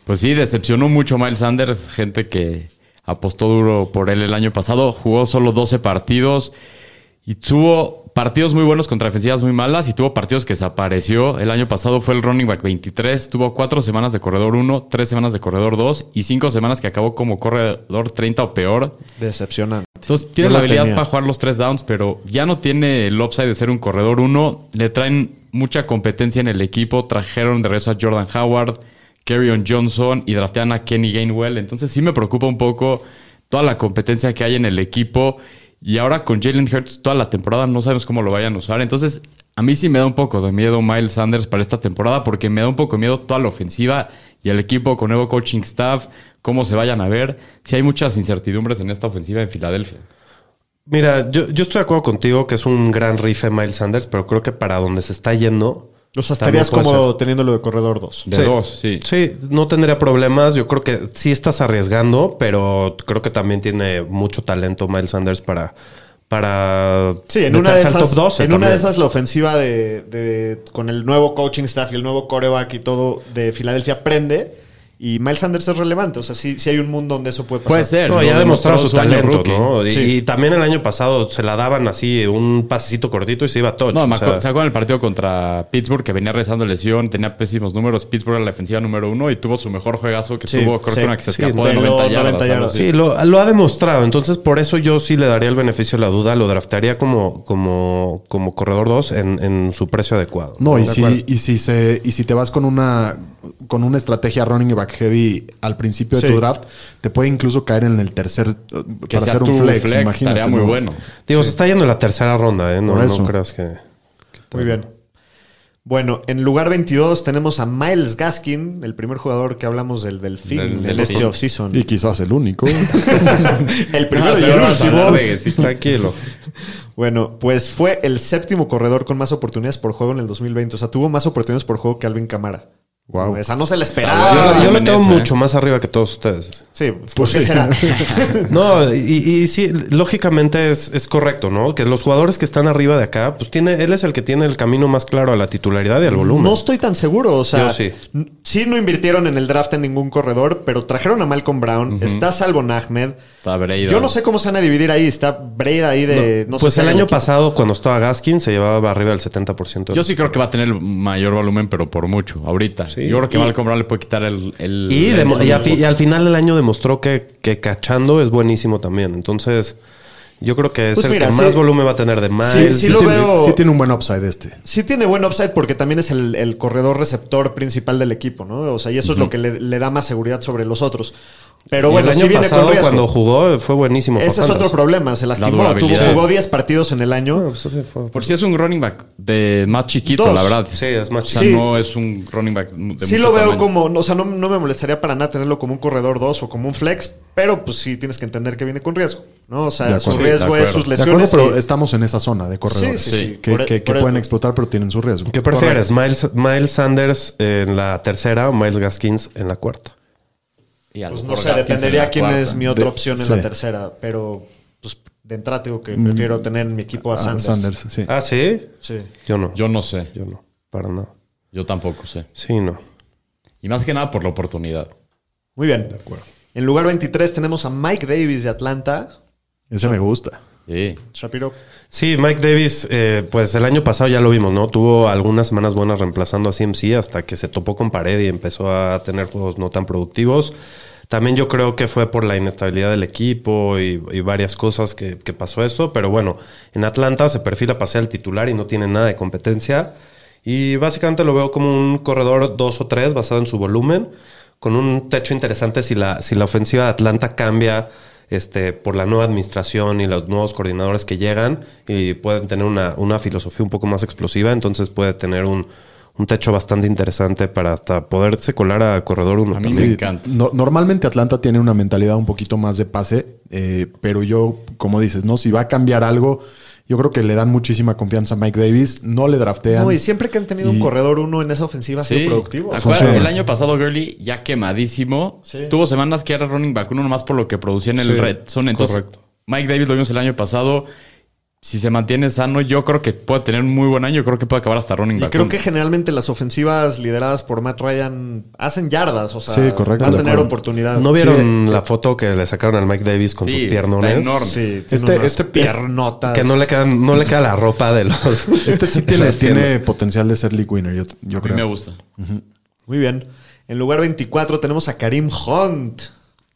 Pues sí, decepcionó mucho Miles Sanders, gente que apostó duro por él el año pasado, jugó solo 12 partidos y tuvo partidos muy buenos contra defensivas muy malas y tuvo partidos que desapareció. El año pasado fue el running back 23, tuvo 4 semanas de corredor 1, 3 semanas de corredor 2 y 5 semanas que acabó como corredor 30 o peor. Decepcionante. Entonces tiene Yo la la habilidad tenía. para jugar los tres downs, pero ya no tiene el upside de ser un corredor uno. Le traen mucha competencia en el equipo. Trajeron de regreso a Jordan Howard, Kerryon Johnson y draftean a Kenny Gainwell. Entonces sí me preocupa un poco toda la competencia que hay en el equipo. Y ahora con Jalen Hurts toda la temporada no sabemos cómo lo vayan a usar. Entonces a mí sí me da un poco de miedo Miles Sanders para esta temporada porque me da un poco de miedo toda la ofensiva y el equipo con nuevo coaching staff, cómo se vayan a ver. Sí hay muchas incertidumbres en esta ofensiva en Filadelfia. Mira, yo, yo estoy de acuerdo contigo que es un gran riff de Miles Sanders, pero creo que para donde se está yendo. Los estarías también puede como ser. teniéndolo de corredor 2. De dos, sí. Sí, no tendría problemas. Yo creo que sí estás arriesgando, pero creo que también tiene mucho talento Miles Sanders para. para Sí, en una de meterse al esas, top 12 en una de también. esas la ofensiva de, de- con el nuevo coaching staff y el nuevo coreback y todo de Filadelfia prende y Miles Sanders es relevante, o sea, sí, sí hay un mundo donde eso puede pasar. Puede ser. No, Lo ya ha demostrado su año talento, rookie. ¿no? Y, Sí. y también el año pasado se la daban así, un pasecito cortito y se iba a touch. No, o me sea, acuerdo- ¿se acuerdan el partido contra Pittsburgh que venía rezando lesión? Tenía pésimos números. Pittsburgh era la defensiva número uno y tuvo su mejor juegazo que Sí, tuvo, creo sí, que una que se sí, escapó de de 90 los yardas. 90 algo yardas. así. Sí, lo, lo ha demostrado. Entonces, por eso yo sí le daría el beneficio de la duda. Lo draftearía como, como, como corredor 2 en, en su precio adecuado. No, y ¿De acuerdo? si, y si se, y si te vas con una con una estrategia running back heavy al principio de Sí. tu draft, te puede incluso caer en el tercer eh, Que para sea hacer un tu flex, flex, imagínate. estaría muy ¿no? bueno. Digo, se está yendo en la tercera ronda, ¿eh? No, Por no eso. creas que. Muy bien. Bueno, en lugar 22 tenemos a Miles Gaskin, el primer jugador que hablamos del Delfín Del- del, del este fin. offseason. Y quizás el único. *laughs* El primero No, y se el van a último. hablar de- sí. Tranquilo. Bueno, pues fue el séptimo corredor con más oportunidades por juego en el 2020. O sea, tuvo más oportunidades por juego que Alvin Camara. Wow. Esa no se la esperaba. Está bueno. yo lo en tengo esa, ¿eh? mucho más arriba que todos ustedes. Sí, pues ¿qué será? No, y, y sí, lógicamente es, es correcto, ¿no? Que los jugadores que están arriba de acá, pues tiene, él es el que tiene el camino más claro a la titularidad y al volumen. No estoy tan seguro. O sea, Yo sí. n- sí no invirtieron en el draft en ningún corredor, pero trajeron a Malcolm Brown. Está Salvon Ahmed. Está Brady. Yo no sé cómo se van a dividir ahí. Está Breda ahí de. No, sé pues si el hay año equipo. pasado, cuando estaba Gaskin, se llevaba arriba del 70%. de- Yo sí creo que va a tener mayor volumen, pero por mucho, ahorita. Yo creo que Malcolm Brown le puede quitar el... el- y, el- demo- el- y al, fi- y al final del año demostró que, que cachando es buenísimo también. Entonces, yo creo que es Pues el mira, que sí. más volumen va a tener de más. Sí, sí lo tiene- veo. sí tiene un buen upside este. Sí tiene buen upside porque también es el, el corredor receptor principal del equipo, ¿no? O sea, y eso es lo que le, le da más seguridad sobre los otros. Pero bueno, el sí año viene pasado, con riesgo. cuando jugó, fue buenísimo. para Ese es Sanders. otro problema, se lastimó. La Tuvo, durabilidad. jugó 10 partidos en el año. Pues, sí, fue- Por si es un running back de más chiquito, Dos. la verdad. Sí, es más O sea, chiquito. no es un running back de sí mucho lo veo tamaño. como, o sea, no, no me molestaría para nada tenerlo como un corredor 2 o como un flex, pero pues sí tienes que entender que viene con riesgo, ¿no? O De sea, acuerdo. su Sí, riesgo de es acuerdo. sus De acuerdo, lesiones. pero y- estamos en esa zona de corredores. Sí, sí, sí. Que, Por- e- que- que por- pueden explotar, pero tienen su riesgo. ¿Qué prefieres, Miles, Miles Sanders en la tercera o Miles Gaskins en la cuarta? Y a lo Pues no mejor sé, Gaskins en dependería la quién cuarta. es mi otra De- opción en sí. la tercera, pero pues de entrada digo que prefiero tener en mi equipo a Ah, Sanders. Sanders, sí. Ah, sí. Sí. Yo no. Yo, Yo no sé. no. Para nada. Yo tampoco sé. Sí, no. Y más que nada por la oportunidad. Muy bien. De acuerdo. En lugar 23 tenemos a Mike Davis de Atlanta. Ese me gusta. Sí. Shapiro. Sí, Mike Davis, eh, pues el año pasado ya lo vimos, ¿no? Tuvo algunas semanas buenas reemplazando a CMC hasta que se topó con pared y empezó a tener juegos no tan productivos. También yo creo que fue por la inestabilidad del equipo y, y varias cosas que, que pasó esto, pero bueno, en Atlanta se perfila para ser el titular y no tiene nada de competencia. Y básicamente lo veo como un corredor 2 o 3 basado en su volumen, con un techo interesante si la, si la ofensiva de Atlanta cambia este, por la nueva administración y los nuevos coordinadores que llegan y pueden tener una, una filosofía un poco más explosiva, entonces puede tener un, un techo bastante interesante para hasta poderse colar a corredor 1. A mí me Sí, encanta. no- normalmente Atlanta tiene una mentalidad un poquito más de pase, eh, pero yo, como dices, no, si va a cambiar algo, yo creo que le dan muchísima confianza a Mike Davis, no le draftean. No, y siempre que han tenido un Y- corredor uno en esa ofensiva ha sido Sí. productivo. Acuérdate, Funciona. el año pasado Gurley ya quemadísimo. Sí. Tuvo semanas que era running back uno nomás por lo que producía en el Sí, red zone. Entonces, correcto. Mike Davis lo vimos el año pasado. Si se mantiene sano, yo creo que puede tener un muy buen año. Yo creo que puede acabar hasta running Y back. creo uno. que generalmente las ofensivas lideradas por Matt Ryan hacen yardas, o sea, Sí, correcto, van a de tener acuerdo. oportunidad. ¿No vieron la foto que le sacaron al Mike Davis con Sí, sus está piernones? enorme. Sí, tiene Este- unas este- piernotas. Que no le, quedan, no le queda la ropa de los... Este sí de *laughs* tiene, las tiene potencial de ser league winner, yo, yo A mí creo. me gusta. Muy bien. En lugar 24 tenemos a Karim Hunt.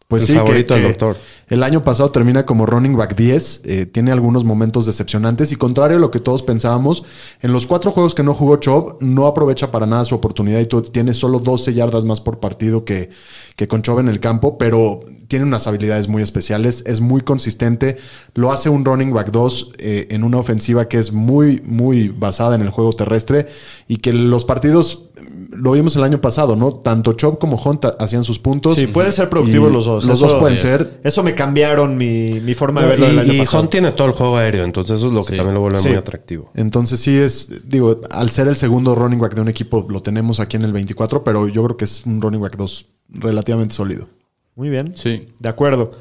Pues El sí, que- favorito que, del doctor. el año pasado termina como running back 10, eh, tiene algunos momentos decepcionantes y contrario a lo que todos pensábamos, en los cuatro juegos que no jugó Chubb, no aprovecha para nada su oportunidad y tú- tiene solo 12 yardas más por partido que, que con Chubb en el campo, pero tiene unas habilidades muy especiales, es muy consistente, lo hace un running back 2 eh, en una ofensiva que es muy, muy basada en el juego terrestre y que los partidos... mm, Lo vimos el año pasado, ¿no? Tanto Chubb como Hunt ha- hacían sus puntos. Sí, pueden ser productivos Y los dos. Los Eso- dos pueden ser. Eso me cambiaron mi, mi forma de verlo del año Y, y pasado. Hunt tiene todo el juego aéreo, entonces eso es lo que Sí. también lo vuelve Sí. muy atractivo. Entonces sí es, digo, al ser el segundo running back de un equipo, lo tenemos aquí en el 24, pero yo creo que es un running back 2 relativamente sólido. Muy bien. Sí. De acuerdo.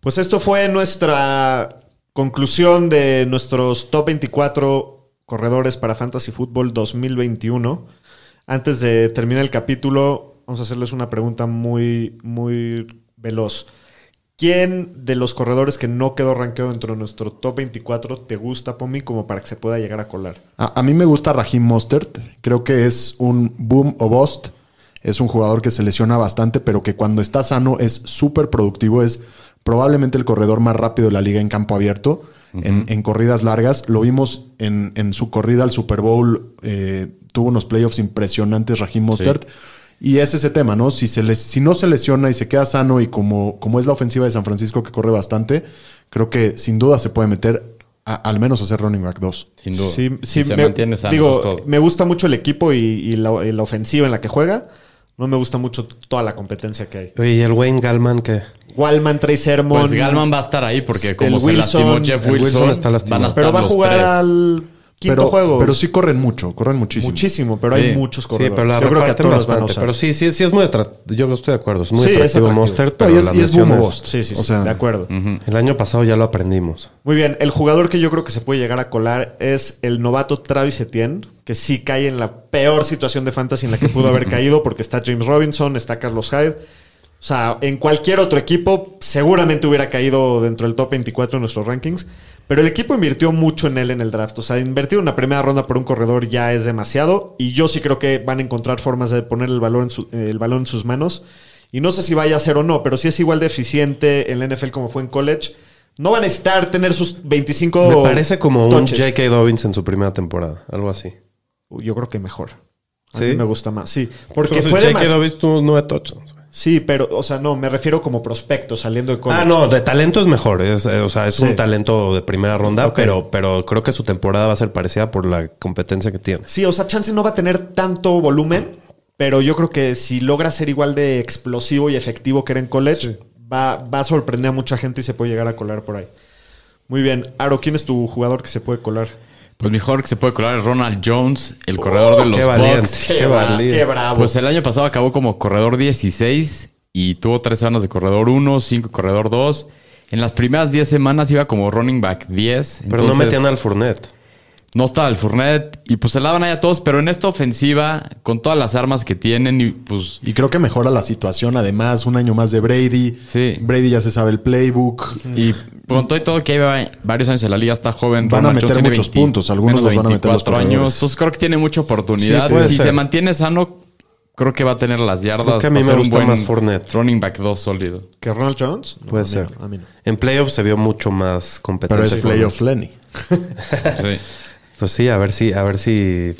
Pues esto fue nuestra conclusión de nuestros top 24 corredores para Fantasy Football 2021. Antes de terminar el capítulo, vamos a hacerles una pregunta muy, muy veloz. ¿Quién de los corredores que no quedó rankeado dentro de nuestro top 24 te gusta, Pomi, como para que se pueda llegar a colar? A, a mí me gusta Raheem Mostert, creo que es un boom o bust, es un jugador que se lesiona bastante, pero que cuando está sano es súper productivo, es probablemente el corredor más rápido de la liga en campo abierto, en, en corridas largas. Lo vimos en, en su corrida al Super Bowl, eh, tuvo unos playoffs impresionantes Raheem Mostert. Y es ese tema, ¿no? Si, se les, si no se lesiona y se queda sano y como, como es la ofensiva de San Francisco que corre bastante, creo que sin duda se puede meter a- al menos a ser running back 2. Sin duda. Sí, sí, si se me- mantiene sano, digo, eso es todo. me gusta mucho el equipo y, y la, y la ofensiva en la que juega. No me gusta mucho toda la competencia que hay. Oye, ¿y el Wayne Gallman que Walman, Trace Sermon. Pues Galman va a estar ahí porque el como se Wilson- lastimó Jeff el Wilson, Wilson está lastimado. van a estar pero va a los jugar tres. al quinto pero, juego. Pero sí corren mucho, corren muchísimo. muchísimo, pero hay Sí. muchos Sí, corredores. pero la Yo creo que a reparten todos los van a bastante. usar. Pero sí, sí, sí es muy atractivo. Yo estoy de acuerdo. Es muy Sí, es atractivo, atractivo. Monster, pero No, y es- las y es lesiones- boom o bust. Sí, sí, sí, O sea, de acuerdo. El año pasado ya lo aprendimos. Muy bien, el jugador que yo creo que se puede llegar a colar es el novato Travis Etienne, que sí cae en la peor situación de fantasy en la que pudo *laughs* haber caído, porque está James Robinson, está Carlos Hyde. O sea, en cualquier otro equipo seguramente hubiera caído dentro del top 24 en nuestros rankings, pero el equipo invirtió mucho en él en el draft. O sea, invertir una primera ronda por un corredor ya es demasiado y yo sí creo que van a encontrar formas de poner el valor en su- eh, el balón en sus manos. Y no sé si vaya a ser o no, pero si es igual de eficiente en la NFL como fue en college, no va a necesitar tener sus 25 Me parece como un Oh, touches. J.K. Dobbins en su primera temporada. Algo así. Yo creo que mejor. A ¿Sí? mí me gusta más, sí. Porque *laughs* Entonces, fue J.K. demasiado... Dobbins tuvo nueve touchdowns. güey. Sí, pero, o sea, no, me refiero como prospecto saliendo de college. Ah, no, de talento es mejor. Es, eh, o sea, es Sí. un talento de primera ronda, Ok. pero, pero creo que su temporada va a ser parecida por la competencia que tiene. Sí, o sea, Chance no va a tener tanto volumen, pero yo creo que si logra ser igual de explosivo y efectivo que era en college, va, va a sorprender a mucha gente y se puede llegar a colar por ahí. Muy bien. Aro, ¿quién es tu jugador que se puede colar? Pues mejor que se puede colar es Ronald Jones, el corredor de los qué Bucks. valiente. Qué bra- valiente. qué bravo. Pues el año pasado acabó como corredor 16 y tuvo tres semanas de corredor 1, 5 corredor 2. En las primeras 10 semanas iba como running back 10. Pero no entonces- metían al Fournette. No estaba el Fournette y pues se la van ahí a todos, pero en esta ofensiva, con todas las armas que tienen y pues Y creo que mejora la situación. Además, un año más de Brady. Sí. Brady ya se sabe el playbook. Y con todo y todo que lleva varios años en la liga, está joven. Van a Ronald meter Jones tiene muchos puntos, algunos menos de los van a meter los 24 años. corredores. Entonces creo que tiene mucha Sí, oportunidad. puede si ser. se mantiene sano, creo que va a tener las yardas. Creo que a mí va me ser gusta más Fournette. Running back 2 sólido. ¿Que Ronald Jones? No, Puede a mí ser. no, a mí no. En playoffs se vio mucho más competente. Pero es playoff Lenny. Sí. Pues sí, a ver si, a ver si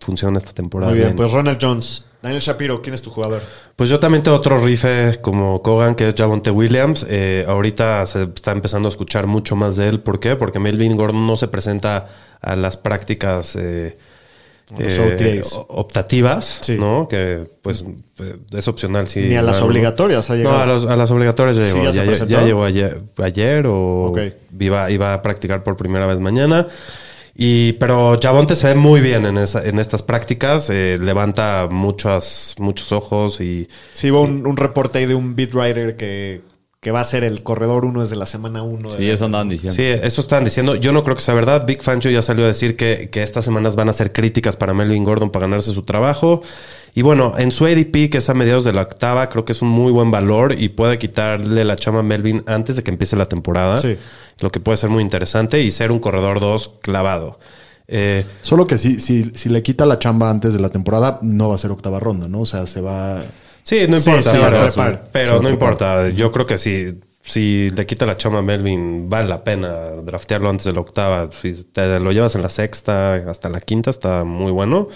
funciona esta temporada. Muy bien, bien. pues Ronald Jones. Daniel Shapiro, ¿quién es tu jugador? Pues yo también tengo otro rife como Cogan, que es Javonte Williams. Eh, ahorita se está empezando a escuchar mucho más de él. ¿Por qué? Porque Melvin Gordon no se presenta a las prácticas eh, los OTAs. o- optativas, Sí. ¿no? Que pues eh, es opcional. Si Ni a las van, ¿no? obligatorias ha llegado. No, a, los- a las obligatorias ya Sí, llegó. ya se ya, presentó. ya llegó ayer, ayer o Ok. iba, iba a practicar por primera vez mañana. Y, pero Javonte se ve muy bien en, esa- en estas prácticas. eh, levanta muchas, muchos ojos y Sí, hubo un, un reporte ahí de un beat writer que, que va a ser el corredor 1 desde la semana 1. Sí, eso andaban diciendo. Sí, eso están diciendo. Yo no creo que sea verdad. Big Fancho ya salió a decir que, que estas semanas van a ser críticas para Melvin Gordon para ganarse su trabajo. Y bueno, en su ADP, que es a mediados de la octava, creo que es un muy buen valor y puede quitarle la chama a Melvin antes de que empiece la temporada. Sí. Lo que puede ser muy interesante y ser un corredor 2 clavado. Eh, Solo que si, si, si le quita la chamba antes de la temporada, no va a ser octava ronda, ¿no? O sea, se va. sí, no Sí, importa. se va a pero- trepar. pero Se va a no trepar. importa. Yo creo que si, si le quita la chama a Melvin, vale la pena draftearlo antes de la octava. Si te lo llevas en la sexta, hasta la quinta, está muy bueno.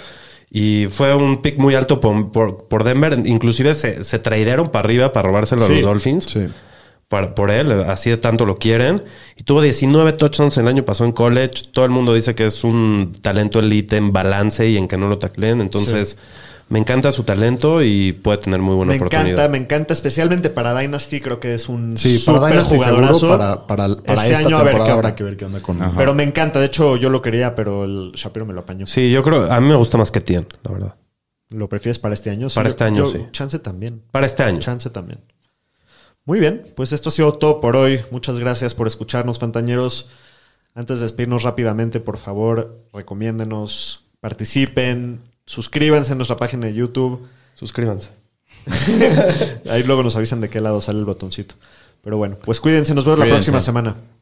Y fue un pick muy alto por, por- por Denver. Inclusive se, se tradearon para arriba para robárselo a Sí, los Dolphins. Sí. Por, por él, así de tanto lo quieren. Y tuvo 19 touchdowns el año pasado en college. Todo el mundo dice que es un talento elite en balance y en que no lo tacleen. Entonces, me encanta su talento y puede tener muy buena me oportunidad. encanta, me encanta, especialmente para Dynasty, creo que es un Sí, super para Dynasty seguro, jugadorazo. para, para, para Este esta año a ver temporada qué habrá onda. que ver qué onda con... Pero me encanta, de hecho yo lo quería, pero el Shapiro me lo apañó. Sí, yo creo, a mí me gusta más que Tien, la verdad. ¿Lo prefieres para este año? Para este año, sí. Chance también. Para este año. Chance también. Muy bien, pues esto ha sido todo por hoy. Muchas gracias por escucharnos, Fantañeros. Antes de despedirnos rápidamente, por favor, recomiéndenos, participen, suscríbanse a nuestra página de YouTube. Suscríbanse. Ahí luego nos avisan de qué lado sale el botoncito. Pero bueno, pues cuídense, nos vemos la Cuídense. próxima semana.